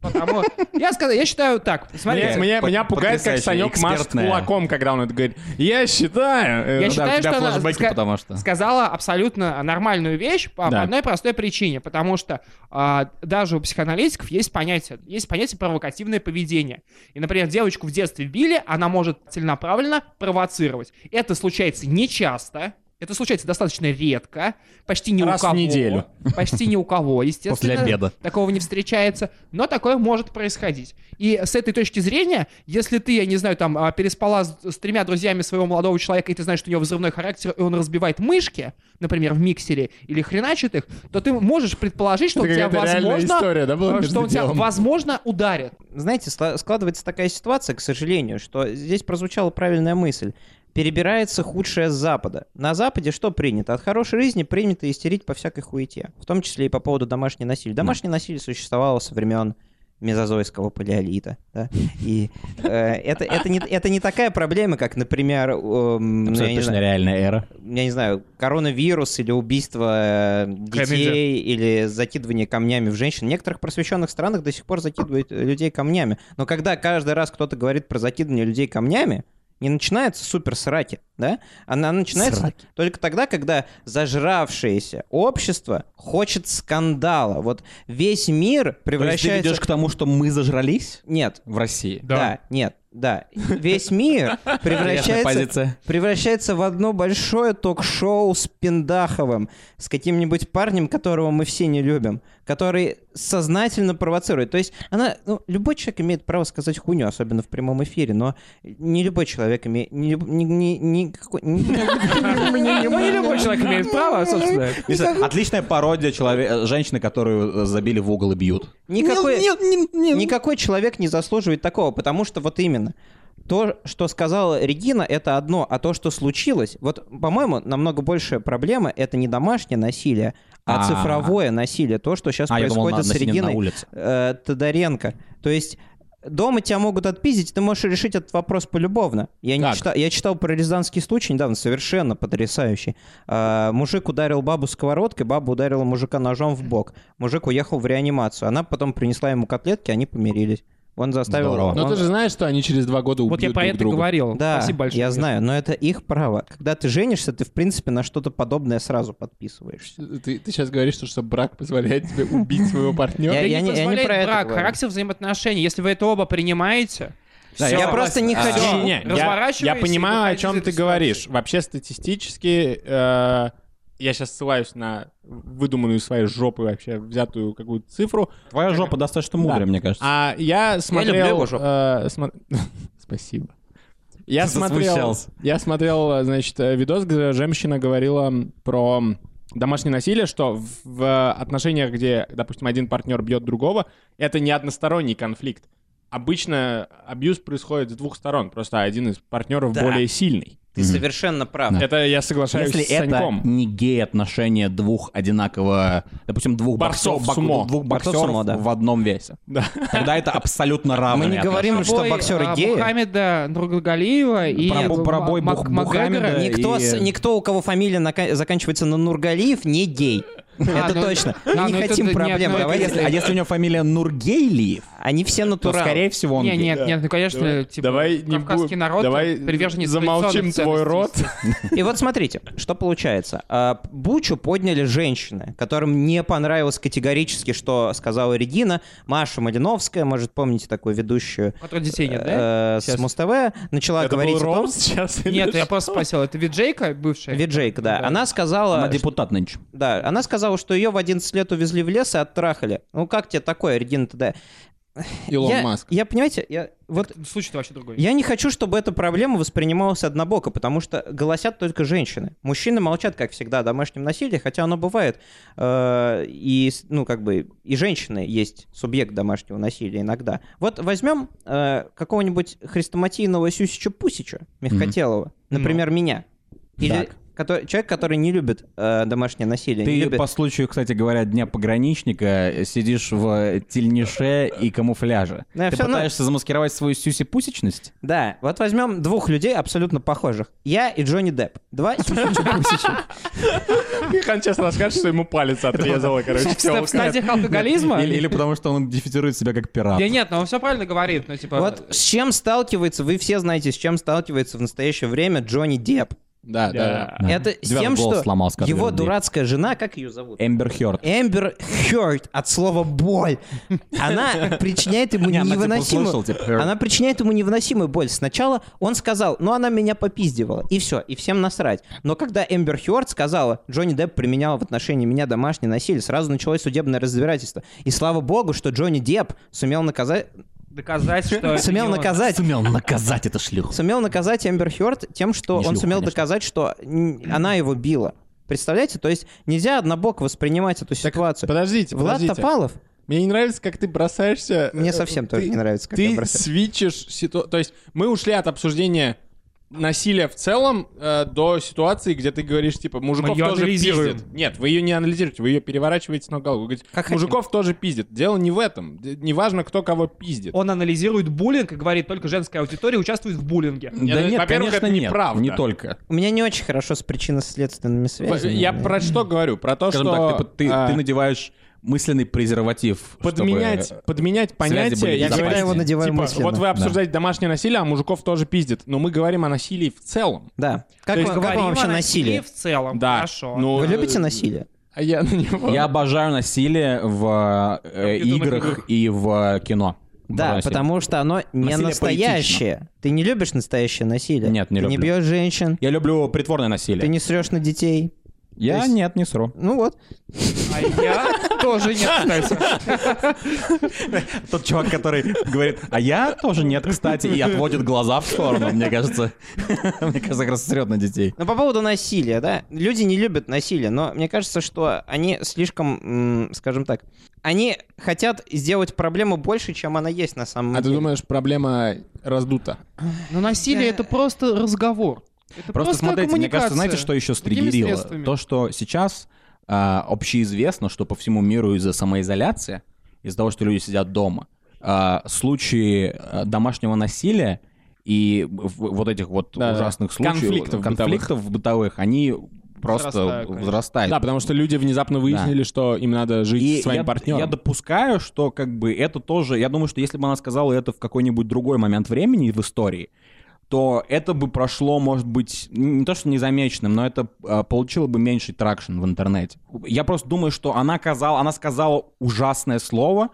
Speaker 8: Потому- Я сказал, я считаю так.
Speaker 7: Мне-
Speaker 8: Смотрите,
Speaker 7: Меня,
Speaker 6: Пот-
Speaker 7: меня пугает, как
Speaker 6: Э, потрясающе,
Speaker 7: Санек машет
Speaker 6: экспертная. Ну
Speaker 7: кулаком, когда он это говорит. Я считаю...
Speaker 8: Я
Speaker 7: э,
Speaker 8: считаю,
Speaker 6: у тебя
Speaker 8: что она
Speaker 6: флешбеки,
Speaker 8: ска-
Speaker 6: потому что...
Speaker 8: сказала абсолютно нормальную вещь по
Speaker 6: Да.
Speaker 8: одной простой причине, потому что а, даже у психоаналитиков есть понятие, есть понятие провокативное поведение. И, например, девочку в детстве били, она может целенаправленно провоцировать. Это случается нечасто, это случается достаточно редко, почти ни
Speaker 7: Раз в
Speaker 8: у кого.
Speaker 7: неделю.
Speaker 8: Почти ни у кого, естественно.
Speaker 6: обеда.
Speaker 8: Такого не встречается, но такое может происходить. И с этой точки зрения, если ты, я не знаю, там а, переспала с, с тремя друзьями своего молодого человека, и ты знаешь, что у него взрывной характер, и он разбивает мышки, например, в миксере или хреначит их, то ты можешь предположить, что
Speaker 7: Это
Speaker 8: он тебя,
Speaker 7: какая-то реальная
Speaker 8: возможно,
Speaker 7: история, да, была
Speaker 8: э,
Speaker 7: между
Speaker 8: что он тебя,
Speaker 7: делом?
Speaker 8: возможно, ударит.
Speaker 5: знаете, сла- складывается такая ситуация, к сожалению, что здесь прозвучала правильная мысль. Перебирается худшее с Запада. На Западе что принято? От хорошей жизни принято истерить по всякой хуете, в том числе и по поводу домашнего насилия. Домашнее насилие существовало со времен мезозойского палеолита. да. И э, это, это, не, это не такая проблема, как, например, эм, ну, я не знаю,
Speaker 6: реальная эра.
Speaker 5: я не знаю, коронавирус или убийство э, детей или закидывание камнями в женщин. В некоторых просвещенных странах до сих пор закидывают э, людей камнями. Но когда каждый раз кто-то говорит про закидывание людей камнями, не начинается супер сраки, да? Она начинается только тогда, когда зажравшееся общество хочет скандала. Вот весь мир
Speaker 6: То есть ты
Speaker 5: превращается...
Speaker 6: ведешь к тому, что мы зажрались
Speaker 5: Нет,
Speaker 6: в России?
Speaker 5: да. нет, да. Весь мир
Speaker 6: Интересная
Speaker 5: превращается
Speaker 6: позиция.
Speaker 5: превращается в одно большое ток-шоу с Пиндаховым, с каким-нибудь парнем, которого мы все не любим, который сознательно провоцирует. То есть она, ну, любой человек имеет право сказать хуйню, особенно в прямом эфире, но не любой человек имеет... Не, люб- не, не, не какой- не-
Speaker 8: Ну, не любой человек имеет право, собственно.
Speaker 6: Миша, Отличная пародия челове- э, женщины, которую э, забили в угол и бьют.
Speaker 5: Никакой, никакой человек не заслуживает такого, потому что вот именно то, что сказала Регина, это одно, а то, что случилось, вот, по-моему, намного большая проблема это не домашнее насилие, а,
Speaker 6: А.
Speaker 5: цифровое насилие, то, что сейчас
Speaker 6: А, я
Speaker 5: происходит
Speaker 6: думал, на-
Speaker 5: с
Speaker 6: насилие на
Speaker 5: Региной
Speaker 6: улице.
Speaker 5: э, Тодоренко. То есть дома тебя могут отпиздить, ты можешь решить этот вопрос полюбовно. Я, не
Speaker 6: Так.
Speaker 5: читал, я читал про рязанский случай недавно, совершенно потрясающий. А, мужик ударил бабу сковородкой, баба ударила мужика ножом в бок. Мужик уехал в реанимацию. Она потом принесла ему котлетки, они помирились. Он заставил...
Speaker 6: Здорово.
Speaker 5: он-
Speaker 8: Ну,
Speaker 7: Но ты же знаешь, что они через два года убьют
Speaker 8: Вот я про
Speaker 7: друг
Speaker 8: это
Speaker 7: друга.
Speaker 8: говорил.
Speaker 5: Да,
Speaker 8: Спасибо большое.
Speaker 5: я знаю, но это их право. Когда ты женишься, ты, в принципе, на что-то подобное сразу подписываешься.
Speaker 7: Ты, сейчас говоришь, что, что брак позволяет тебе убить своего партнера?
Speaker 5: Я-
Speaker 8: Да не
Speaker 5: не- я не
Speaker 8: позволяет
Speaker 5: про это
Speaker 8: брак,
Speaker 5: говорю.
Speaker 8: характер взаимоотношений. Если вы это оба принимаете,
Speaker 6: Да,
Speaker 5: я
Speaker 6: согласен.
Speaker 5: просто не
Speaker 6: А,
Speaker 5: хочу...
Speaker 8: всё,
Speaker 7: Не, не, я-
Speaker 8: разворачивайся
Speaker 7: я,
Speaker 8: и
Speaker 7: понимаю, о
Speaker 8: выходи из
Speaker 7: чем
Speaker 8: этой
Speaker 7: ты
Speaker 8: ситуации.
Speaker 7: говоришь. Вообще статистически э, я сейчас ссылаюсь на выдуманную своей жопы вообще взятую какую-то цифру.
Speaker 6: Твоя жопа достаточно
Speaker 7: Да.
Speaker 6: мудрая, мне кажется.
Speaker 7: А я смотрел...
Speaker 5: люблю его жопу.
Speaker 7: э, смо- Спасибо. Я смотрел,
Speaker 6: Засмущался.
Speaker 7: я смотрел, э, значит, э, видос, где женщина говорила м, про м, домашнее насилие, что в, в отношениях, где, допустим, один партнер бьет другого, это не односторонний конфликт. Обычно абьюз происходит с двух сторон, просто один из партнеров
Speaker 5: Да.
Speaker 7: более сильный.
Speaker 5: Ты совершенно прав.
Speaker 7: Это я соглашаюсь
Speaker 6: Если
Speaker 7: с
Speaker 6: это
Speaker 7: Саньком.
Speaker 6: не гей-отношения двух одинаково, допустим, двух
Speaker 7: Борцов
Speaker 6: борцов, бок-
Speaker 7: сумо.
Speaker 6: двух
Speaker 5: Борцов
Speaker 6: боксеров
Speaker 5: сумо, да.
Speaker 6: в одном весе,
Speaker 7: Да.
Speaker 6: тогда это абсолютно
Speaker 5: Мы
Speaker 6: равные
Speaker 5: не говорим, что
Speaker 8: Бой,
Speaker 5: боксеры
Speaker 8: а,
Speaker 5: геи.
Speaker 8: Мухаммеда Нургалиева и
Speaker 6: Про бо- про бой
Speaker 8: Мак-
Speaker 6: Бух-
Speaker 8: Макгрегора.
Speaker 6: Мухаммеда.
Speaker 5: Никто,
Speaker 6: и-
Speaker 5: с- никто, у кого фамилия нака- заканчивается на Нургалиев, не гей.
Speaker 8: А,
Speaker 5: это
Speaker 8: ну,
Speaker 5: точно.
Speaker 8: да,
Speaker 5: Мы не
Speaker 8: ну, это
Speaker 5: хотим
Speaker 8: нет,
Speaker 5: проблем.
Speaker 8: ну, это
Speaker 5: Давайте-
Speaker 6: А если у него фамилия Нургейлиев,
Speaker 5: Они все
Speaker 6: то,
Speaker 5: натуралы.
Speaker 6: скорее всего, он
Speaker 8: Не,
Speaker 6: гей.
Speaker 8: нет, нет, ну, конечно,
Speaker 7: Давай-
Speaker 8: типа,
Speaker 7: давай не
Speaker 8: кавказский
Speaker 7: будем-
Speaker 8: народ
Speaker 7: давай
Speaker 8: приверженец
Speaker 7: замолчим
Speaker 8: традиционных
Speaker 7: твой рот.
Speaker 8: ценностей.
Speaker 5: И вот смотрите, что получается. А, Бучу подняли женщины, которым не понравилось категорически, что сказала Регина. Маша Малиновская, может, помните такую ведущую
Speaker 8: Который детей нет, да?
Speaker 5: э, с
Speaker 8: Сейчас.
Speaker 5: Муз-ТV, начала
Speaker 7: Это
Speaker 5: говорить
Speaker 7: был
Speaker 5: о том...
Speaker 7: Ром сейчас? или
Speaker 8: Нет, я
Speaker 7: что?
Speaker 8: просто спросил, это Виджейка бывшая?
Speaker 5: Виджейка, да.
Speaker 8: Да.
Speaker 5: Она сказала...
Speaker 6: Она
Speaker 5: что-
Speaker 6: депутат нынче.
Speaker 5: Да, она сказала, что ее в 11 лет увезли в лес и оттрахали. Ну как тебе такое, Регина тогда?
Speaker 7: Илон
Speaker 5: я,
Speaker 7: Маск.
Speaker 5: Я, понимаете, я, вот
Speaker 8: Случай-то вообще другой.
Speaker 5: я не хочу, чтобы эта проблема воспринималась однобоко, потому что голосят только женщины. Мужчины молчат, как всегда, о домашнем насилии, хотя оно бывает. Э, И, с- ну, как бы, и женщины есть субъект домашнего насилия иногда. Вот возьмем э, какого-нибудь хрестоматийного Сюсича Пусича, мягкотелого, например, меня. Или
Speaker 6: Ну. Так.
Speaker 5: кото- человек, который не любит э, домашнее насилие. не
Speaker 6: Ты
Speaker 5: любит-
Speaker 6: по случаю, кстати говоря, Дня пограничника э, сидишь в тельнише и камуфляже.
Speaker 5: Ну, я
Speaker 6: Ты
Speaker 5: всё равно-
Speaker 6: пытаешься замаскировать свою сюси-пусечность?
Speaker 5: Да, вот возьмем двух людей абсолютно похожих. Я и Джонни Депп. Два Сюсича
Speaker 7: Хан сейчас расскажет, что ему палец отрезало, короче,
Speaker 8: В стадиях алкоголизма?
Speaker 6: Или, или потому что он идентифицирует себя как пират.
Speaker 8: Да нет, но он все правильно говорит, ну типа...
Speaker 5: Вот с чем сталкивается, вы все знаете, с чем сталкивается в настоящее время Джонни Депп.
Speaker 7: Да, да.
Speaker 6: Да.
Speaker 5: Это с
Speaker 6: Тебя
Speaker 5: тем,
Speaker 6: голос
Speaker 5: что
Speaker 6: сломал, скажи, Эм-
Speaker 5: его
Speaker 6: Андрей.
Speaker 5: дурацкая жена, как ее зовут?
Speaker 6: Эмбер Хёрд.
Speaker 5: Эмбер Хёрд от слова боль. Она причиняет ему
Speaker 6: Не, она, типа,
Speaker 5: невыносимую...
Speaker 6: услышала, типа, «Хёрд».
Speaker 5: Она причиняет ему невыносимую боль. Сначала он сказал, ну она меня попиздивала, и все, и всем насрать. Но когда Эмбер Хёрд сказала, Джонни Депп применял в отношении меня домашнее насилие, сразу началось судебное разбирательство. И слава богу, что Джонни Депп сумел наказать...
Speaker 8: Доказать, что... это
Speaker 5: Сумел
Speaker 8: не он.
Speaker 5: наказать
Speaker 6: Сумел наказать это шлюху.
Speaker 5: сумел наказать Эмбер Хёрд тем, что
Speaker 6: Не
Speaker 5: он
Speaker 6: шлюху,
Speaker 5: сумел
Speaker 6: конечно.
Speaker 5: доказать, что н- она его била. Представляете? То есть нельзя однобоко воспринимать эту ситуацию.
Speaker 7: Подождите,
Speaker 5: Влад
Speaker 7: подождите.
Speaker 5: Топалов?
Speaker 7: Мне не нравится, как ты бросаешься.
Speaker 5: Мне
Speaker 7: э,
Speaker 5: совсем
Speaker 7: ты-
Speaker 5: тоже не нравится, как я
Speaker 7: Ты
Speaker 5: бросаюсь.
Speaker 7: свичишь ситуацию. То есть мы ушли от обсуждения насилия в целом э, до ситуации, где ты говоришь, типа, мужиков
Speaker 8: её
Speaker 7: тоже
Speaker 8: анализируем.
Speaker 7: пиздит. Нет, вы ее не анализируете, вы ее переворачиваете с ног на голову. Вы говорите,
Speaker 5: Как
Speaker 7: мужиков тоже пиздит. Дело не в этом. Д- Неважно, кто кого пиздит.
Speaker 8: Он анализирует буллинг и говорит, только женская аудитория участвует в буллинге.
Speaker 6: Да
Speaker 7: Это,
Speaker 6: нет,
Speaker 7: ну, во-первых,
Speaker 6: конечно,
Speaker 7: это
Speaker 6: нет.
Speaker 7: неправда.
Speaker 6: Не только.
Speaker 5: У меня не очень хорошо с причинно-следственными
Speaker 7: В-
Speaker 5: связями.
Speaker 7: Я про что говорю? Про то,
Speaker 6: Скажем
Speaker 7: что
Speaker 6: так, типа, ты, ты-
Speaker 7: а,
Speaker 6: ты надеваешь мысленный презерватив. чтобы-
Speaker 7: подменять, подменять понятие.
Speaker 6: были
Speaker 7: я
Speaker 6: безопаснее.
Speaker 7: говорю,
Speaker 5: Я его надеваю
Speaker 7: типа,
Speaker 5: мысленно.
Speaker 7: вот вы обсуждаете домашнее насилие, а мужиков тоже пиздит. Но мы говорим о насилии в целом.
Speaker 5: Да. Как,
Speaker 7: есть
Speaker 5: вам- как
Speaker 8: Говорим
Speaker 5: вам
Speaker 8: о
Speaker 5: вообще насилие?
Speaker 8: в целом.
Speaker 7: Да.
Speaker 8: Хорошо.
Speaker 7: Ну,
Speaker 5: Вы
Speaker 7: э,
Speaker 5: любите насилие?
Speaker 7: А я на него.
Speaker 6: Я обожаю насилие в э,
Speaker 7: Компьютерных
Speaker 6: играх
Speaker 7: играх.
Speaker 6: и в кино. Обожаю
Speaker 5: Да,
Speaker 6: насилие.
Speaker 5: потому что оно не
Speaker 6: Насилие
Speaker 5: настоящее. Ты не любишь настоящее насилие?
Speaker 6: Нет, не
Speaker 5: Ты не
Speaker 6: люблю.
Speaker 5: бьешь женщин,
Speaker 6: Я люблю притворное насилие.
Speaker 5: ты не срешь на детей.
Speaker 6: Я
Speaker 5: То есть-
Speaker 6: нет, не сру.
Speaker 5: Ну вот.
Speaker 8: А я тоже нет, кстати.
Speaker 6: Тот чувак, который говорит, а я тоже нет, кстати, и отводит глаза в сторону, мне кажется. Мне кажется, как раз срет на детей.
Speaker 5: Но Ну, по поводу насилия, да, люди не любят насилие, но мне кажется, что они слишком, м, скажем так, они хотят сделать проблему больше, чем она есть на самом
Speaker 7: А ты
Speaker 5: деле.
Speaker 7: думаешь, проблема раздута?
Speaker 8: Но насилие — это просто разговор. Это
Speaker 6: Просто смотрите, мне
Speaker 8: коммуникация.
Speaker 6: кажется, знаете, что еще
Speaker 8: Другими
Speaker 6: стригерило?
Speaker 8: средствами.
Speaker 6: То, что сейчас а, общеизвестно, что по всему миру из-за самоизоляции, из-за того, что люди сидят дома, а, случаи а, домашнего насилия и в- вот этих вот
Speaker 7: Да-да.
Speaker 6: ужасных случаев,
Speaker 7: Конфликтов
Speaker 6: конфликтов бытовых. они просто
Speaker 8: Возрастают, конечно.
Speaker 6: возрастают.
Speaker 7: Да, потому что люди внезапно выяснили, что им надо жить
Speaker 6: И
Speaker 7: со своим
Speaker 6: я,
Speaker 7: партнером.
Speaker 6: я допускаю, что как бы это тоже... Я думаю, что если бы она сказала это в какой-нибудь другой момент времени в истории, то это бы прошло, может быть, не то что незамеченным, но это э, получило бы меньший тракшн в интернете. Я просто думаю, что она, казала, она сказала ужасное слово,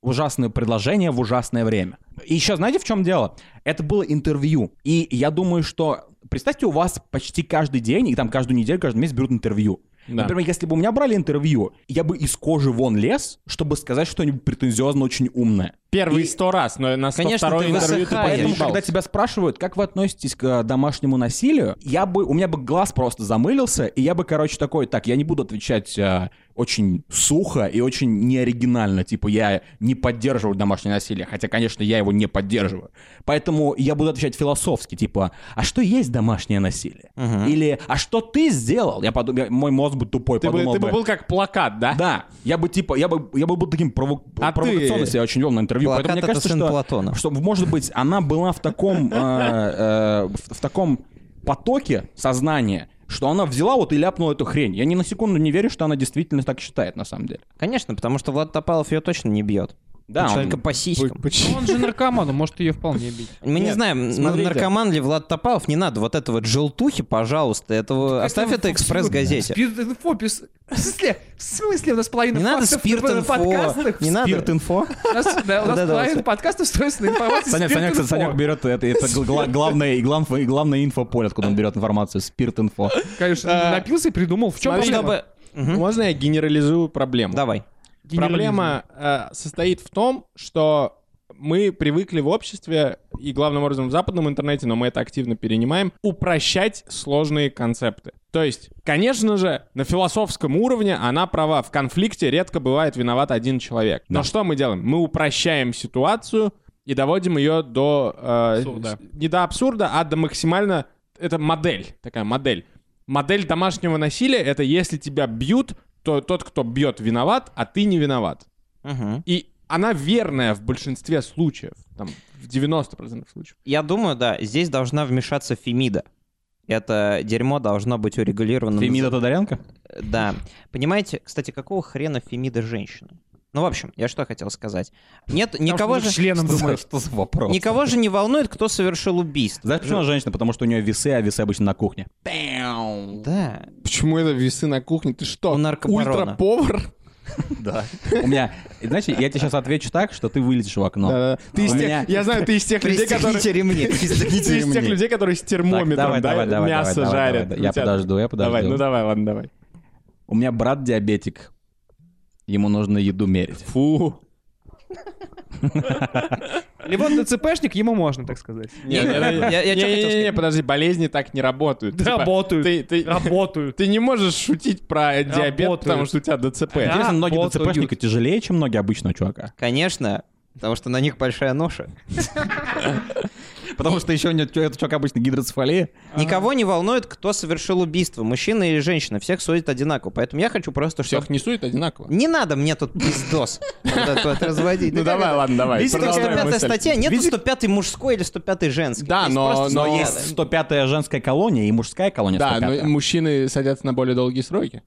Speaker 6: ужасное предложение в ужасное время. И еще знаете, в чем дело? Это было интервью. И я думаю, что... Представьте, у вас почти каждый день, и там каждую неделю, каждый месяц берут интервью.
Speaker 7: Да.
Speaker 6: Например, если бы у меня брали интервью, я бы из кожи вон лез, чтобы сказать что-нибудь претензиозно очень умное.
Speaker 7: Первые сто раз, но на сто
Speaker 5: Конечно,
Speaker 7: второй
Speaker 5: ты
Speaker 7: интервью ты
Speaker 5: высыхаешь.
Speaker 6: Поэтому,
Speaker 5: Конечно.
Speaker 6: когда
Speaker 7: подъебался.
Speaker 6: тебя спрашивают, как вы относитесь к э, домашнему насилию, я бы, у меня бы глаз просто замылился, и я бы, короче, такой, так, я не буду отвечать э, очень сухо и очень неоригинально, типа, я не поддерживаю домашнее насилие, хотя, конечно, я его не поддерживаю. Поэтому я буду отвечать философски, типа, а что есть домашнее насилие? Или, а что ты сделал? Я подумал, мой мозг бы тупой,
Speaker 7: Ты бы,
Speaker 6: подумал
Speaker 7: ты бы
Speaker 6: бы,
Speaker 7: был как плакат, да?
Speaker 6: да, я бы типа, я бы, я бы был таким провок...
Speaker 7: А
Speaker 6: провокационно
Speaker 7: ты?
Speaker 6: себя очень вел на интервью,
Speaker 5: Плакат
Speaker 6: поэтому мне
Speaker 5: это
Speaker 6: кажется,
Speaker 5: сын
Speaker 6: что,
Speaker 5: Платона.
Speaker 6: что, может быть, она была в таком, э, э, в, в таком потоке сознания, что она взяла вот и ляпнула эту хрень. Я ни на секунду не верю, что она действительно так считает, на самом деле.
Speaker 5: Конечно, потому что Влад Топалов ее точно не бьет.
Speaker 6: Да, он-
Speaker 5: только по сиськам.
Speaker 7: Почему?
Speaker 8: Он же наркоман, он может ее вполне бить.
Speaker 5: Мы не
Speaker 6: Нет,
Speaker 5: знаем, н-
Speaker 6: смотрите.
Speaker 5: наркоман ли Влад Топалов, не надо вот этого желтухи, пожалуйста, этого, оставь это экспресс-газете.
Speaker 8: Фопис. э, В смысле, в смысле у нас половина
Speaker 5: Не надо
Speaker 8: фактов
Speaker 5: спирт
Speaker 8: в
Speaker 5: инфо,
Speaker 8: подкастах?
Speaker 5: не надо.
Speaker 6: Спирт-инфо?
Speaker 8: У нас, да, у нас
Speaker 5: Да-да,
Speaker 8: половина
Speaker 5: вот.
Speaker 8: подкастов строится на информации
Speaker 6: Санек, Санек,
Speaker 8: спирт-инфо.
Speaker 6: Санек берет это, это гла- главное, и глав- и главное инфополе, откуда он берет информацию, спирт-инфо.
Speaker 8: Конечно, напился и придумал, в чем
Speaker 7: Смотри,
Speaker 8: проблема.
Speaker 5: Чтобы... Мгм.
Speaker 7: Можно я генерализую проблему?
Speaker 5: Давай.
Speaker 7: Проблема э, состоит в том, что мы привыкли в обществе, и главным образом в западном интернете, но мы это активно перенимаем, упрощать сложные концепты. То есть, конечно же, на философском уровне она права. В конфликте редко бывает виноват один человек. Но что мы делаем? Мы упрощаем ситуацию и доводим ее до... э,
Speaker 8: Абсурда.
Speaker 7: с- Не до абсурда, а до максимально... Это модель, такая модель. Модель домашнего насилия — это если тебя бьют, то тот, кто бьет, виноват, а ты не виноват.
Speaker 5: Мгм.
Speaker 7: И она верная в большинстве случаев, там, в 90% случаев.
Speaker 5: Я думаю, да, здесь должна вмешаться Фемида. Это дерьмо должно быть урегулировано.
Speaker 6: Фемида Тодоренко?
Speaker 5: Да. Понимаете, кстати, какого хрена Фемида женщина? Ну, в общем, я что хотел сказать. Нет, никого
Speaker 8: что
Speaker 5: же...
Speaker 8: мы членом
Speaker 6: Что за-
Speaker 8: думаешь.
Speaker 6: Что за вопрос?
Speaker 5: Никого же не волнует, кто совершил убийство.
Speaker 6: Знаешь, почему она женщина? Потому что у нее весы, а весы обычно на кухне.
Speaker 7: Ну.
Speaker 5: Да.
Speaker 7: Почему это весы на кухне? Ты что,
Speaker 5: У наркобарона.
Speaker 7: ультра-повар?
Speaker 6: Да. У меня, знаете, я тебе сейчас отвечу так, что ты вылетишь в окно.
Speaker 7: Да-да-да. Э, Ты из
Speaker 6: У
Speaker 7: тех-
Speaker 6: меня-
Speaker 7: Я знаю, ты из тех людей, которые...
Speaker 5: Пристегните ремни.
Speaker 7: Ты из тех людей, которые с термометром
Speaker 6: давай,
Speaker 7: да,
Speaker 6: давай, давай,
Speaker 7: мясо
Speaker 6: давай,
Speaker 7: жарят.
Speaker 6: давай, да. Я
Speaker 7: У тебя-
Speaker 6: подожду, я подожду.
Speaker 7: Давай, ну давай, ладно, давай.
Speaker 6: У меня брат диабетик. Ему нужно еду мерить.
Speaker 7: Фу.
Speaker 8: Либо он ДЦПшник, ему можно, так сказать.
Speaker 5: Не, я- я чё хотел
Speaker 7: Не-не-не,
Speaker 5: сказать?
Speaker 7: подожди, болезни так не работают. Типа,
Speaker 8: Работают.
Speaker 7: ты- ты-
Speaker 8: Работают.
Speaker 7: Ты не можешь шутить про диабет,
Speaker 8: Работают.
Speaker 7: потому что у тебя ДЦП.
Speaker 8: Да.
Speaker 6: Интересно, ноги
Speaker 8: вот
Speaker 6: ДЦПшника тяжелее, чем ноги обычного чувака.
Speaker 5: Конечно, потому что на них большая ноша.
Speaker 6: Потому что еще у него этот чувак обычно гидроцефалия.
Speaker 8: А.
Speaker 5: Никого не волнует, кто совершил убийство, мужчина или женщина. Всех судят одинаково. Поэтому я хочу просто, чтобы...
Speaker 7: Всех не сует одинаково.
Speaker 5: Не надо мне тут пиздос вот это вот разводить.
Speaker 7: Ну давай, ладно, давай.
Speaker 5: Видите, как
Speaker 7: продолжай
Speaker 5: 105
Speaker 7: мысль.
Speaker 5: статья, нет 105 мужской или 105 женский.
Speaker 7: Да,
Speaker 5: Есть
Speaker 7: но-
Speaker 5: просто
Speaker 7: но
Speaker 5: 105-я.
Speaker 7: есть-
Speaker 6: 105-я женская колония и мужская колония
Speaker 7: Да, ну,
Speaker 6: 105-я.
Speaker 7: но мужчины садятся на более долгие сроки.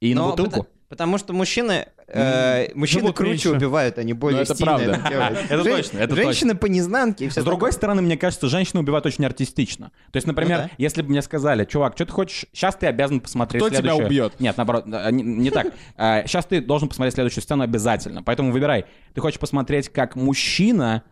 Speaker 6: И на
Speaker 5: Но
Speaker 6: бутылку.
Speaker 5: пота- Потому что мужчины, э, мужчины
Speaker 8: живут
Speaker 5: круче
Speaker 8: меньше.
Speaker 5: убивают, они более
Speaker 7: Ну, это
Speaker 5: стильно
Speaker 7: правда.
Speaker 5: делают.
Speaker 6: Это
Speaker 5: Жен-
Speaker 6: точно, это
Speaker 5: Женщины по незнанке. и всё
Speaker 6: С другой
Speaker 5: такое.
Speaker 6: стороны, мне кажется, женщины убивают очень артистично. То есть, например,
Speaker 5: Ну да.
Speaker 6: если бы мне сказали, чувак, что ты хочешь, сейчас ты обязан посмотреть
Speaker 7: Кто тебя
Speaker 6: следующую-»
Speaker 7: убьет?
Speaker 6: Нет, наоборот, э, не, не так. Сейчас ты должен посмотреть следующую сцену обязательно. Поэтому выбирай. Ты хочешь посмотреть, как мужчина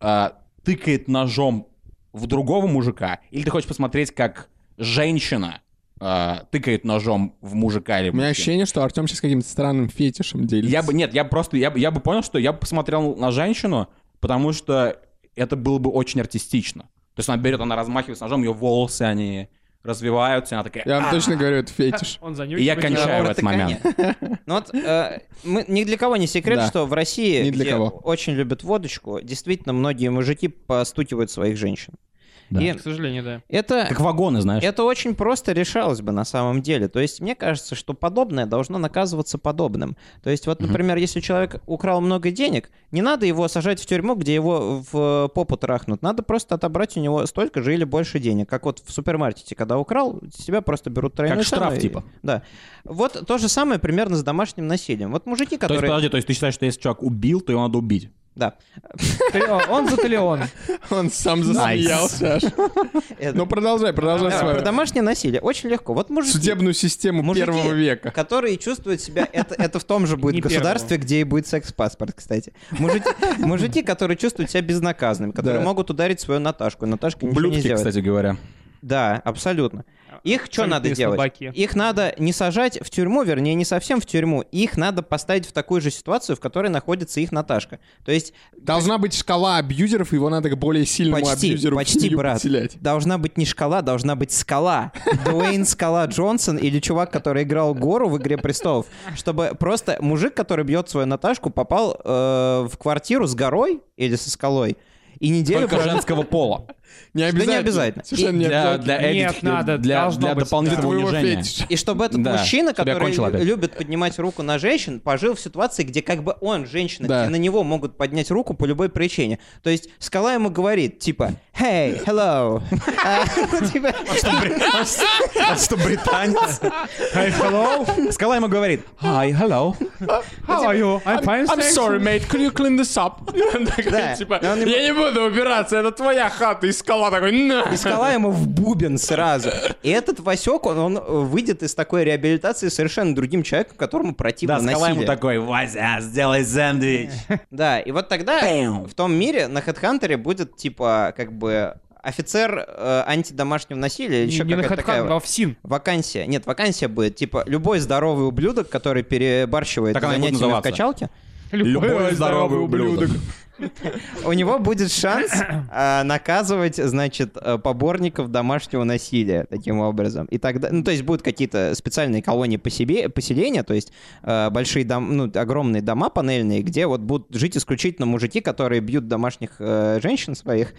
Speaker 6: э, тыкает ножом в другого мужика, или ты хочешь посмотреть, как женщина э, тыкает ножом в мужика или
Speaker 7: У меня
Speaker 6: мужчину?
Speaker 7: ощущение, что Артем сейчас каким-то странным фетишем делится.
Speaker 6: Я бы, нет, я бы просто, я, бы- я бы понял, что я бы посмотрел на женщину, потому что это было бы очень артистично. То есть она берет, она размахивается ножом, ее волосы, они развиваются, и она такая...
Speaker 7: Я вам
Speaker 6: «А!»
Speaker 7: точно говорю, это фетиш.
Speaker 8: Он
Speaker 6: И я кончаю в этот
Speaker 5: Протыкание.
Speaker 6: момент.
Speaker 5: Ну вот, э, мы- ни для кого не секрет,
Speaker 7: Да.
Speaker 5: что в России,
Speaker 7: Ни для
Speaker 5: где
Speaker 7: кого.
Speaker 5: очень любят водочку, действительно многие мужики постукивают своих женщин.
Speaker 6: Да.
Speaker 5: И
Speaker 8: К сожалению, да.
Speaker 5: это,
Speaker 6: Как вагоны, знаешь.
Speaker 5: это очень просто решалось бы на самом деле. То есть мне кажется, что подобное должно наказываться подобным. То есть вот,
Speaker 6: Мгм.
Speaker 5: например, если человек украл много денег, не надо его сажать в тюрьму, где его в э, попу трахнут. Надо просто отобрать у него столько же или больше денег. Как вот в супермаркете, когда украл, с тебя просто берут тройную
Speaker 6: Как штраф,
Speaker 5: цену и-
Speaker 6: типа.
Speaker 5: Да. Вот то же самое примерно с домашним насилием. Вот мужики,
Speaker 6: То есть,
Speaker 5: которые...
Speaker 6: подожди, то есть ты считаешь, что если человек убил, то его надо убить?
Speaker 5: Да.
Speaker 8: Он за Талион.
Speaker 7: Он сам засмеялся аж.
Speaker 5: Э,
Speaker 7: Ну продолжай, продолжай
Speaker 5: да, Про
Speaker 7: свою
Speaker 5: домашнее насилие очень легко. Вот мужики,
Speaker 7: судебную систему
Speaker 5: Мужики.
Speaker 7: первого века.
Speaker 5: которые чувствуют себя... Это, это в том же будет
Speaker 8: Не
Speaker 5: государстве, где и будет секс-паспорт, кстати. Мужики, мужики, которые чувствуют себя безнаказанными, которые
Speaker 7: Да.
Speaker 5: могут ударить свою Наташку, и Наташка ничего не
Speaker 6: Блюдки,
Speaker 5: сделает.
Speaker 6: кстати говоря.
Speaker 5: Да, абсолютно. Их что
Speaker 8: Абсолютные
Speaker 5: надо делать?
Speaker 8: слабаки.
Speaker 5: Их надо не сажать в тюрьму, вернее, не совсем в тюрьму. Их надо поставить в такую же ситуацию, в которой находится их Наташка. То есть
Speaker 7: Должна быть шкала абьюзеров, и его надо к более сильному
Speaker 5: Почти,
Speaker 7: абьюзеру в
Speaker 5: почти,
Speaker 7: семью
Speaker 5: брат.
Speaker 7: подселять.
Speaker 5: Должна быть не шкала, должна быть скала. Дуэйн Скала Джонсон или чувак, который играл Гору в «Игре престолов», чтобы просто мужик, который бьет свою Наташку, попал э, в квартиру с горой или со скалой, и неделю
Speaker 6: Только
Speaker 5: прожил-
Speaker 6: женского пола.
Speaker 7: Не
Speaker 5: Да не
Speaker 7: обязательно.
Speaker 5: обязательно.
Speaker 7: Совершенно не
Speaker 6: для,
Speaker 7: обязательно.
Speaker 6: для
Speaker 8: Нет,
Speaker 6: эдит-
Speaker 8: надо,
Speaker 6: для,
Speaker 8: должно
Speaker 6: для
Speaker 8: быть.
Speaker 6: дополнительного
Speaker 7: Твоего
Speaker 6: унижения.
Speaker 7: фетиша.
Speaker 5: И чтобы этот
Speaker 6: Да,
Speaker 5: мужчина,
Speaker 6: тебя
Speaker 5: который
Speaker 6: кончил опять.
Speaker 5: любит поднимать руку на женщин, пожил в ситуации, где как бы он женщина,
Speaker 7: Да.
Speaker 5: где на него могут поднять руку по любой причине. То есть скала ему говорит, типа, «Hey, hello». А, ну, типа,
Speaker 6: А что, британец? Скала ему говорит, hi, hello.
Speaker 8: How are you? I'm fine,
Speaker 7: I'm
Speaker 8: thanks.
Speaker 7: sorry, mate, can you clean this up? Он такой,
Speaker 5: Да.
Speaker 7: типа,
Speaker 5: Но он ему-
Speaker 7: я не буду убираться, это твоя хата. И скала такой, на.
Speaker 5: И скала ему в бубен сразу. И этот Васек, он, он, э, выйдет из такой реабилитации совершенно другим человеком, которому противно
Speaker 6: Да, скала ему
Speaker 5: насилие.
Speaker 6: такой, Вася, сделай сэндвич.
Speaker 5: Да, и вот тогда
Speaker 6: Бэм.
Speaker 5: в том мире на Хедхантере будет, типа, как бы офицер э, антидомашнего насилия, или
Speaker 8: Не
Speaker 5: еще
Speaker 8: не на
Speaker 5: какая-то такая
Speaker 8: Хэдхан, а в Син.
Speaker 5: вакансия. Нет, вакансия будет, типа, любой здоровый ублюдок, который перебарщивает
Speaker 6: Так она и будет
Speaker 5: занятиями в
Speaker 6: называться.
Speaker 5: качалке,
Speaker 6: Любой здоровый ублюдок.
Speaker 5: у него будет шанс э, наказывать, значит, э, поборников домашнего насилия таким образом. И тогда, ну, то есть будут какие-то специальные колонии посебе- поселения, то есть э, большие, дом, ну, огромные дома панельные, где вот будут жить исключительно мужики, которые бьют домашних э, женщин своих.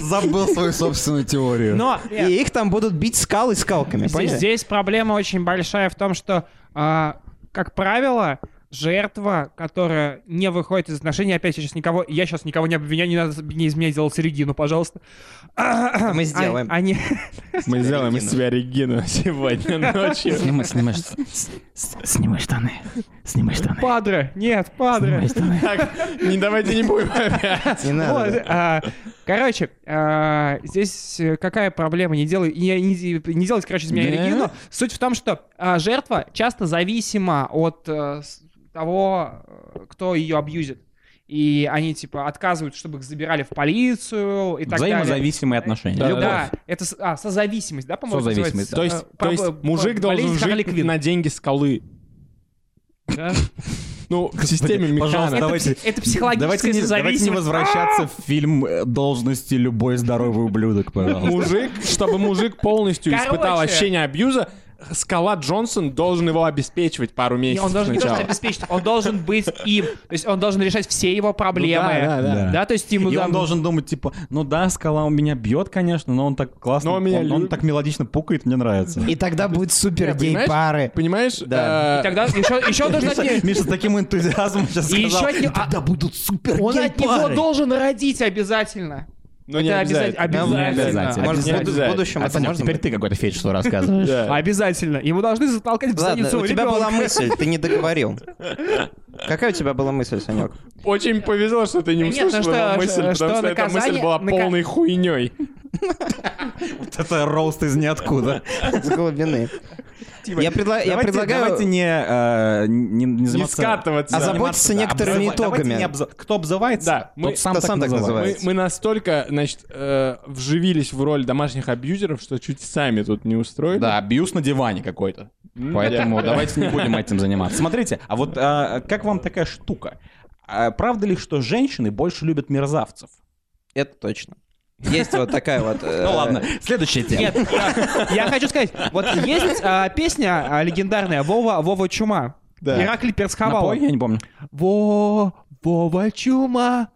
Speaker 9: Забыл свою собственную теорию.
Speaker 8: Но
Speaker 7: Ну,
Speaker 5: И их там будут бить скалы скалками,
Speaker 8: Здесь,
Speaker 5: поняли?
Speaker 8: здесь проблема очень большая в том, что, а, как правило, жертва, которая не выходит из отношений, опять я сейчас никого, я сейчас никого не обвиняю, не надо не из меня делать Регину, пожалуйста.
Speaker 5: Мы сделаем.
Speaker 8: А- Они,
Speaker 7: Мы сделаем из тебя Регину сегодня ночью.
Speaker 4: Снимай, снимай, ш- с- с- снимай штаны. Снимай штаны.
Speaker 8: падре, нет, падре.
Speaker 4: Снимай штаны.
Speaker 7: Так, не давайте не будем опять.
Speaker 5: Не надо.
Speaker 8: Вот, а, короче, а, здесь э, какая проблема? Не делай, не, не- не делайте, короче, из меня
Speaker 7: Да.
Speaker 8: Регину. Суть в том, что а, жертва часто зависима от э, с- того, э, кто ее абьюзит. И они, типа, отказывают, чтобы их забирали в полицию и так далее.
Speaker 6: Взаимозависимые отношения.
Speaker 7: Да,
Speaker 6: Любовь.
Speaker 8: Да, это с- а, созависимость, да, по-моему,
Speaker 6: Созависимость,
Speaker 8: называется?
Speaker 7: То есть,
Speaker 8: Э,
Speaker 7: то
Speaker 8: по-
Speaker 7: есть
Speaker 8: по-
Speaker 7: мужик должен
Speaker 8: болезнь Харли
Speaker 7: жить
Speaker 8: Квинн.
Speaker 7: на деньги скалы.
Speaker 8: Да.
Speaker 7: Ну, в системе
Speaker 6: Пожалуйста,
Speaker 7: Механа.
Speaker 6: давайте...
Speaker 8: Это психологическая А!
Speaker 6: Давайте не, давайте не
Speaker 8: созависимость.
Speaker 6: возвращаться в фильм э, должности «Любой здоровый ублюдок», пожалуйста.
Speaker 7: Мужик, чтобы мужик полностью испытал
Speaker 8: Короче.
Speaker 7: ощущение абьюза, Скала Джонсон должен его обеспечивать пару
Speaker 8: Не,
Speaker 7: месяцев
Speaker 8: он должен не то, что
Speaker 7: сначала.
Speaker 8: обеспечить, он должен быть им. То есть он должен решать все его проблемы.
Speaker 7: Ну да, да,
Speaker 6: да.
Speaker 8: то есть ему
Speaker 6: И
Speaker 8: там-
Speaker 6: он должен думать, типа, ну да, скала у меня бьет, конечно, но он так классно,
Speaker 7: Но он меня
Speaker 6: он, он
Speaker 7: любит.
Speaker 6: так мелодично пукает, мне нравится.
Speaker 5: И тогда будут супер гей-пары.
Speaker 7: Понимаешь? Э, Да.
Speaker 8: Тогда еще, еще должен от него...
Speaker 6: Миша с таким энтузиазмом сейчас
Speaker 8: Ну, И
Speaker 6: сказал.
Speaker 8: еще от него... а,
Speaker 9: будут супер
Speaker 8: Он от него должен родить обязательно.
Speaker 7: Но не
Speaker 8: Это
Speaker 7: обязательно.
Speaker 8: обязательно.
Speaker 6: Не обязательно.
Speaker 5: Может,
Speaker 7: Обязательно.
Speaker 5: в буду- в будущем это можно
Speaker 6: теперь
Speaker 5: будет?
Speaker 6: ты какой-то фетиш что рассказываешь.
Speaker 7: Да.
Speaker 8: А Обязательно. Ему должны затолкать в
Speaker 5: Ладно,
Speaker 8: задницу
Speaker 5: у тебя
Speaker 8: ребенка.
Speaker 5: была мысль, ты не договорил. Какая у тебя была мысль, Санек?
Speaker 7: Очень повезло, что ты не
Speaker 8: Да нет, ну
Speaker 7: услышал
Speaker 8: что-
Speaker 7: эту мысль,
Speaker 8: что-
Speaker 7: потому
Speaker 8: что
Speaker 7: что эта
Speaker 8: наказание-
Speaker 7: мысль была
Speaker 8: нака-
Speaker 7: полной хуйней.
Speaker 6: Вот это роуст из ниоткуда.
Speaker 5: С глубины. Я, предла- я
Speaker 6: Давайте-
Speaker 5: предлагаю
Speaker 6: Давайте не, э, не, не
Speaker 7: Не
Speaker 6: заниматься-
Speaker 7: скатываться.
Speaker 5: А за- Озаботиться
Speaker 6: заниматься-
Speaker 5: некоторыми
Speaker 6: обзыва- давайте
Speaker 5: итогами.
Speaker 6: не обза- Кто обзывается,
Speaker 7: Да,
Speaker 6: тот
Speaker 7: мы-
Speaker 6: сам,
Speaker 5: кто
Speaker 6: так,
Speaker 5: сам так
Speaker 7: Мы,
Speaker 6: называется.
Speaker 5: называется.
Speaker 7: мы настолько, значит, э, вжились в роль домашних абьюзеров, что чуть сами тут не устроили.
Speaker 6: Да, абьюз на диване какой-то.
Speaker 7: М,
Speaker 6: Поэтому
Speaker 7: да.
Speaker 6: давайте не будем этим заниматься. Смотрите, а вот а, как вам такая штука? А правда ли, что женщины больше любят мерзавцев?
Speaker 5: Это точно. Есть вот такая вот... э,
Speaker 6: Ну ладно, следующая тема.
Speaker 8: Нет, так, я хочу сказать, вот есть а, песня а, легендарная Вова, Вова Чума.
Speaker 7: Да.
Speaker 8: Ираклий Перцховал.
Speaker 6: Напой, я не помню.
Speaker 8: Во, Вова Чума,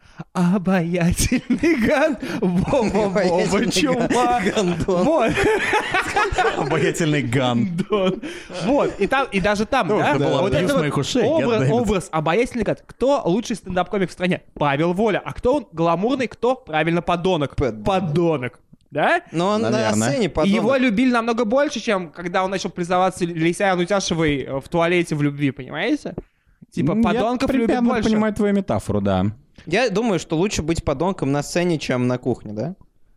Speaker 8: обаятельный ган. Вова, Вова
Speaker 5: Обаятельный
Speaker 8: Чума.
Speaker 5: Гондон.
Speaker 8: Вот,
Speaker 6: Обаятельный ган.
Speaker 8: вот. И, там, и даже там, да?
Speaker 6: это было
Speaker 8: вот
Speaker 6: абьюз
Speaker 8: вот
Speaker 6: моих ушей,
Speaker 8: образ,
Speaker 6: goddammit.
Speaker 8: образ обаятельный гад. Кто лучший стендап-комик в стране? Павел Воля. А кто он? Гламурный, кто? Правильно, подонок. Подонок. Да?
Speaker 5: Но он на
Speaker 6: Наверное.
Speaker 5: сцене
Speaker 8: И
Speaker 5: подобно.
Speaker 8: его любили намного больше, чем когда он начал призываться Лисяну Утяшевой э, в туалете в любви, понимаете? Типа, подонков
Speaker 6: я
Speaker 8: любят
Speaker 6: примерно
Speaker 8: больше.
Speaker 6: понимаю твою метафору, да.
Speaker 5: Я думаю, что лучше быть подонком на сцене, чем на кухне, да?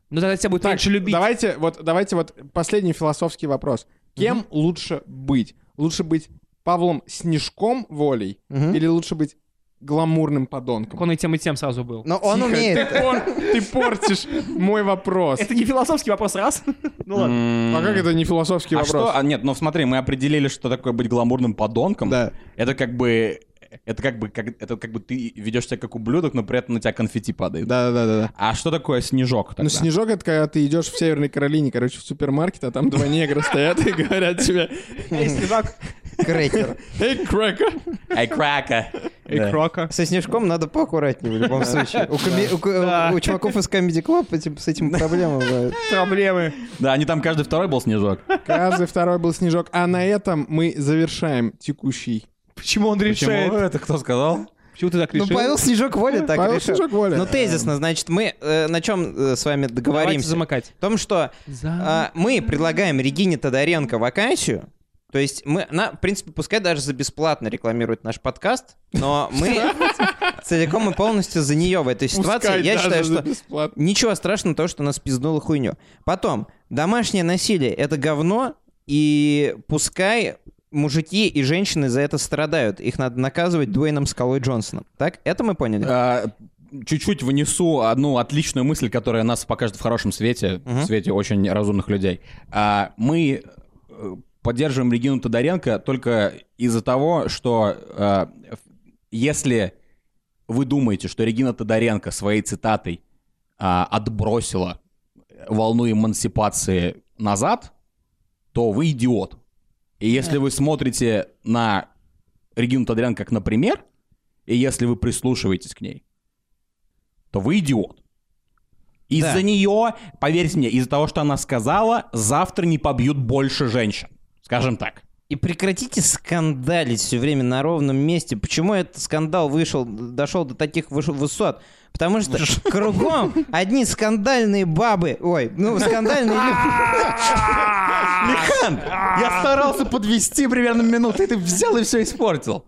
Speaker 8: Ну тогда тебя будет
Speaker 7: Так,
Speaker 8: меньше любить.
Speaker 7: Давайте вот, давайте вот последний философский вопрос. Кем лучше быть? Лучше быть Павлом Снежком волей
Speaker 5: Мгм.
Speaker 7: или лучше быть гламурным подонком?
Speaker 8: Он и тем, и тем сразу был.
Speaker 5: Но Ну, он
Speaker 7: Тихо,
Speaker 5: умеет. э,
Speaker 7: Ты, пор- ты портишь мой вопрос.
Speaker 8: Это не философский вопрос, раз. Ну ладно.
Speaker 7: А как это не философский
Speaker 6: А
Speaker 7: вопрос?
Speaker 6: что? А, нет, ну смотри, мы определили, что такое быть гламурным подонком.
Speaker 7: Да.
Speaker 6: Это как бы... Это как бы, как, это как бы ты ведешь себя как ублюдок, но при этом на тебя конфетти падает.
Speaker 7: Да, да, да, да.
Speaker 6: А что такое снежок тогда?
Speaker 7: Ну, снежок это когда ты идешь в Северной Каролине, короче, в супермаркет, а там два негра стоят и говорят тебе:
Speaker 8: Эй, Снежок,
Speaker 5: Крекер.
Speaker 7: Эй, крека!
Speaker 6: Эй, крака!
Speaker 7: и
Speaker 6: Да.
Speaker 7: Крока.
Speaker 5: Со снежком надо поаккуратнее в любом случае. У, коме- у ко-
Speaker 7: Да.
Speaker 5: у чуваков из Comedy Club этим- с этим проблемы бывают.
Speaker 7: Проблемы.
Speaker 6: Да, они там каждый второй был снежок.
Speaker 7: Каждый второй был снежок. А на этом мы завершаем текущий.
Speaker 8: Почему он решает?
Speaker 6: Почему? Это кто сказал?
Speaker 8: Почему ты так
Speaker 5: Ну,
Speaker 8: решил?
Speaker 5: Павел Снежок воля так
Speaker 7: Павел
Speaker 5: решил.
Speaker 7: Снежок воля.
Speaker 5: Ну, тезисно, значит, мы э, на чем э, с вами
Speaker 8: Давайте
Speaker 5: договоримся?
Speaker 8: замыкать.
Speaker 5: В том, что А, мы предлагаем Регине Тодоренко вакансию. То есть мы, она, в принципе, пускай даже за бесплатно рекламирует наш подкаст, но мы целиком и полностью за нее в этой ситуации.
Speaker 7: Пускай
Speaker 5: Я
Speaker 7: даже
Speaker 5: считаю,
Speaker 7: за
Speaker 5: что
Speaker 7: бесплатно.
Speaker 5: ничего страшного того, что нас пизнула хуйню. Потом, домашнее насилие — это говно, и пускай мужики и женщины за это страдают. Их надо наказывать Дуэйном Скалой Джонсоном. Так? Это мы поняли?
Speaker 6: А, Чуть-чуть внесу одну отличную мысль, которая нас покажет в хорошем свете, в свете очень разумных людей. А, Мы э, поддерживаем Регину Тодоренко только из-за того, что э, в- если вы думаете, что Регина Тодоренко своей цитатой а, отбросила волну эмансипации назад, то вы идиот. И если вы смотрите на Регину Тодоренко как на пример, и если вы прислушиваетесь к ней, то вы идиот. Из-за
Speaker 5: Да.
Speaker 6: нее, поверьте мне, из-за того, что она сказала, завтра не побьют больше женщин. Скажем так.
Speaker 5: И прекратите скандалить все время на ровном месте. Почему этот скандал вышел, дошел до таких выш- высот? Потому что кругом одни скандальные бабы. Ой, ну скандальные...
Speaker 6: Михан, я старался подвести примерно минуту, и ты взял и все испортил.